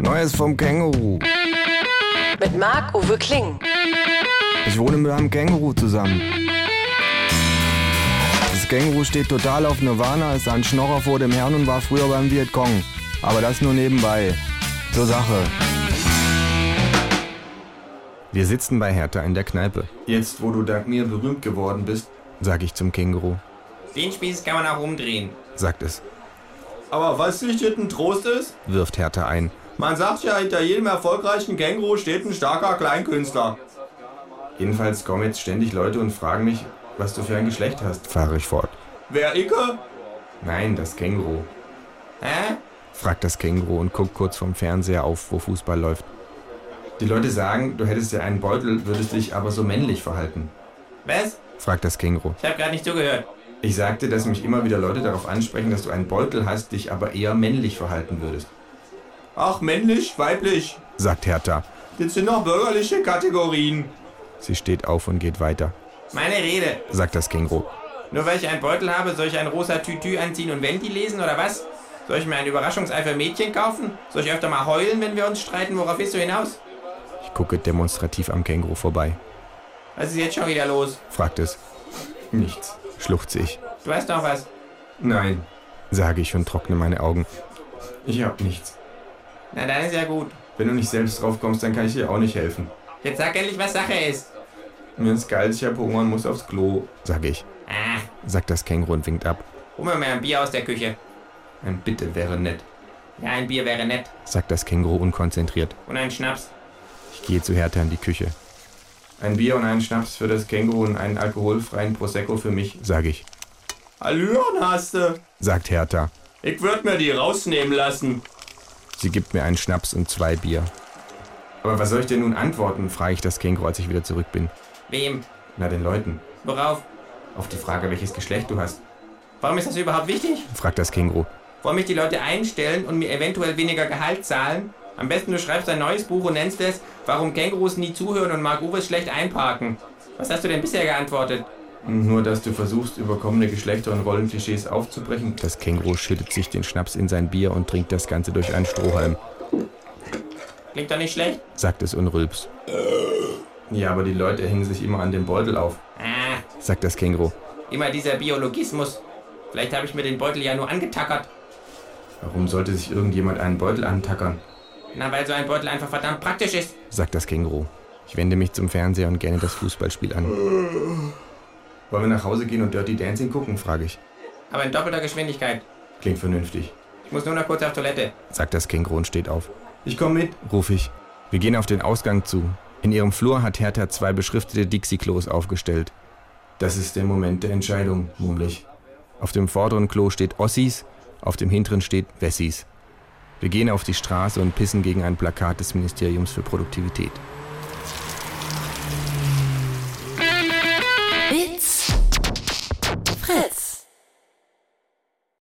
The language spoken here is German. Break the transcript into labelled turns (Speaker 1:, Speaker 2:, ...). Speaker 1: Neues vom Känguru.
Speaker 2: Mit Marc-Uwe Kling.
Speaker 1: Ich wohne mit einem Känguru zusammen. Das Känguru steht total auf Nirvana, ist ein Schnorrer vor dem Herrn und war früher beim Vietcong. Aber das nur nebenbei. Zur Sache. Wir sitzen bei Hertha in der Kneipe. Jetzt, wo du dank mir berühmt geworden bist, sag ich zum Känguru,
Speaker 3: Den Spieß kann man auch umdrehen.
Speaker 1: sagt es,
Speaker 4: Aber was nicht ein Trost ist?
Speaker 1: wirft Hertha ein.
Speaker 4: Man sagt ja, hinter jedem erfolgreichen Känguru steht ein starker Kleinkünstler.
Speaker 1: Jedenfalls kommen jetzt ständig Leute und fragen mich, was du für ein Geschlecht hast, fahre ich fort.
Speaker 4: Wer Icke?
Speaker 1: Nein, das Känguru,
Speaker 3: Hä?
Speaker 1: fragt das Känguru und guckt kurz vom Fernseher auf, wo Fußball läuft. Die Leute sagen, du hättest ja einen Beutel, würdest dich aber so männlich verhalten,
Speaker 3: Was?
Speaker 1: fragt das Känguru.
Speaker 3: Ich hab grad nicht zugehört.
Speaker 1: Ich sagte, dass mich immer wieder Leute darauf ansprechen, dass du einen Beutel hast, dich aber eher männlich verhalten würdest,
Speaker 4: Ach, männlich, weiblich.
Speaker 1: sagt Hertha.
Speaker 4: Das sind noch bürgerliche Kategorien.
Speaker 1: Sie steht auf und geht weiter,
Speaker 3: Meine Rede.
Speaker 1: sagt das Känguru.
Speaker 3: Nur weil ich einen Beutel habe, soll ich ein rosa Tütü anziehen und Venti lesen oder was? Soll ich mir ein Überraschungsei für Mädchen kaufen? Soll ich öfter mal heulen, wenn wir uns streiten? Worauf willst du hinaus?
Speaker 1: Ich gucke demonstrativ am Känguru vorbei,
Speaker 3: Was ist jetzt schon wieder los?
Speaker 1: fragt es. Nichts, schluchze ich.
Speaker 3: Du weißt doch was.
Speaker 1: Nein, sage ich und trockne meine Augen. Ich hab nichts.
Speaker 3: Na dann ist ja gut.
Speaker 1: Wenn du nicht selbst drauf kommst, dann kann ich dir auch nicht helfen.
Speaker 3: Jetzt sag endlich, was Sache ist.
Speaker 1: Mir ist geil, ich hab Hunger und muss aufs Klo, sage ich,
Speaker 3: Ah,
Speaker 1: sagt das Känguru und winkt ab.
Speaker 3: hol mir mal ein Bier aus der Küche.
Speaker 1: Ein Bitte wäre nett,
Speaker 3: Ja, ein Bier wäre nett.
Speaker 1: sagt das Känguru unkonzentriert.
Speaker 3: Und ein Schnaps.
Speaker 1: Ich gehe zu Hertha in die Küche,
Speaker 4: Ein Bier und einen Schnaps für das Känguru und einen alkoholfreien Prosecco für mich.
Speaker 1: sage ich,
Speaker 4: Allüren hast du.
Speaker 1: sagt Hertha.
Speaker 4: Ich würd mir die rausnehmen lassen.
Speaker 1: Sie gibt mir einen Schnaps und zwei Bier. Aber was soll ich denn nun antworten, frage ich das Känguru, als ich wieder zurück bin.
Speaker 3: Wem?
Speaker 1: Na, den Leuten.
Speaker 3: Worauf?
Speaker 1: Auf die Frage, welches Geschlecht du hast,
Speaker 3: Warum ist das überhaupt wichtig?
Speaker 1: fragt das Känguru.
Speaker 3: Wollen mich die Leute einstellen und mir eventuell weniger Gehalt zahlen? Am besten du schreibst ein neues Buch und nennst es Warum Kängurus nie zuhören und Mark-Uwes schlecht einparken. Was hast du denn bisher geantwortet?
Speaker 4: Nur, dass du versuchst, überkommene Geschlechter- und Rollenklischees aufzubrechen.
Speaker 1: Das Känguru schüttet sich den Schnaps in sein Bier und trinkt das Ganze durch einen Strohhalm,
Speaker 3: Klingt doch nicht schlecht.
Speaker 1: sagt es und rülps,
Speaker 4: Ja, aber die Leute hängen sich immer an den Beutel auf.
Speaker 3: Ah,
Speaker 1: sagt das Känguru.
Speaker 3: immer dieser Biologismus. Vielleicht habe ich mir den Beutel ja nur angetackert.
Speaker 4: Warum sollte sich irgendjemand einen Beutel antackern?
Speaker 3: Na, weil so ein Beutel einfach verdammt praktisch ist.
Speaker 1: sagt das Känguru. Ich wende mich zum Fernseher und gerne das Fußballspiel an,
Speaker 4: Wollen wir nach Hause gehen und Dirty Dancing gucken?
Speaker 1: frage ich.
Speaker 3: Aber in doppelter Geschwindigkeit.
Speaker 4: Klingt vernünftig.
Speaker 3: Ich muss nur noch kurz auf Toilette.
Speaker 1: Sagt das Känguru und steht auf.
Speaker 4: Ich komme mit.
Speaker 1: Ruf ich. Wir gehen auf den Ausgang zu. In ihrem Flur hat Hertha zwei beschriftete Dixie-Klos aufgestellt.
Speaker 4: Das ist der Moment der Entscheidung, murmel ich.
Speaker 1: Auf dem vorderen Klo steht Ossis, auf dem hinteren steht Wessis. Wir gehen auf die Straße und pissen gegen ein Plakat des Ministeriums für Produktivität.